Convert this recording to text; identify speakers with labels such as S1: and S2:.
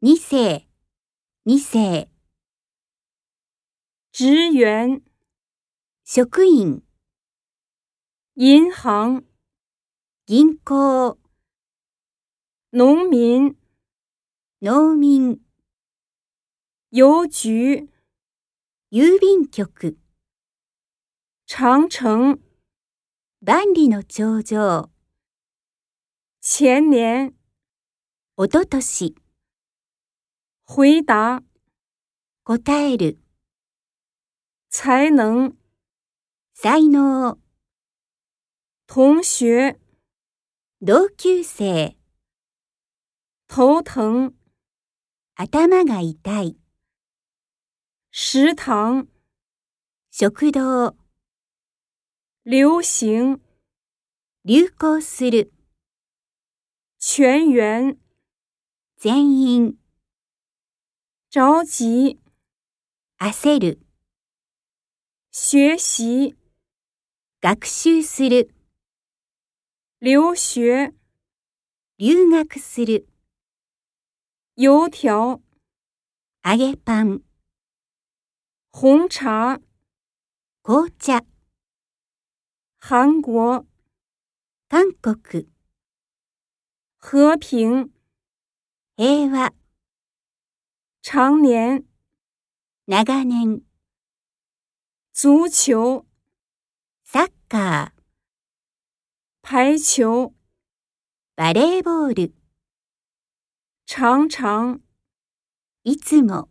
S1: 二世、二世、
S2: 职员、
S1: 職員、
S2: 银行、
S1: 銀行、
S2: 农民、
S1: 農民、
S2: 邮局、
S1: 郵便局、
S2: 长城。
S1: 万里の長城、
S2: 前年
S1: おととし、
S2: 回答
S1: 答える、
S2: 才能
S1: 才能、
S2: 同学
S1: 同級生、
S2: 头疼
S1: 頭が痛い、
S2: 食堂
S1: 食堂、
S2: 流行
S1: 流行する、
S2: 全员
S1: 全員、
S2: 着急
S1: 焦る、
S2: 学习
S1: 学習する、
S2: 留学
S1: 留学する、
S2: 油条
S1: 揚げパン、
S2: 红茶
S1: 紅茶、
S2: 韩国
S1: 韓国、
S2: 和平
S1: 平和、
S2: 常年
S1: 長年、
S2: 足球
S1: サッカー、
S2: 排球
S1: バレーボール、
S2: 常常。
S1: いつも、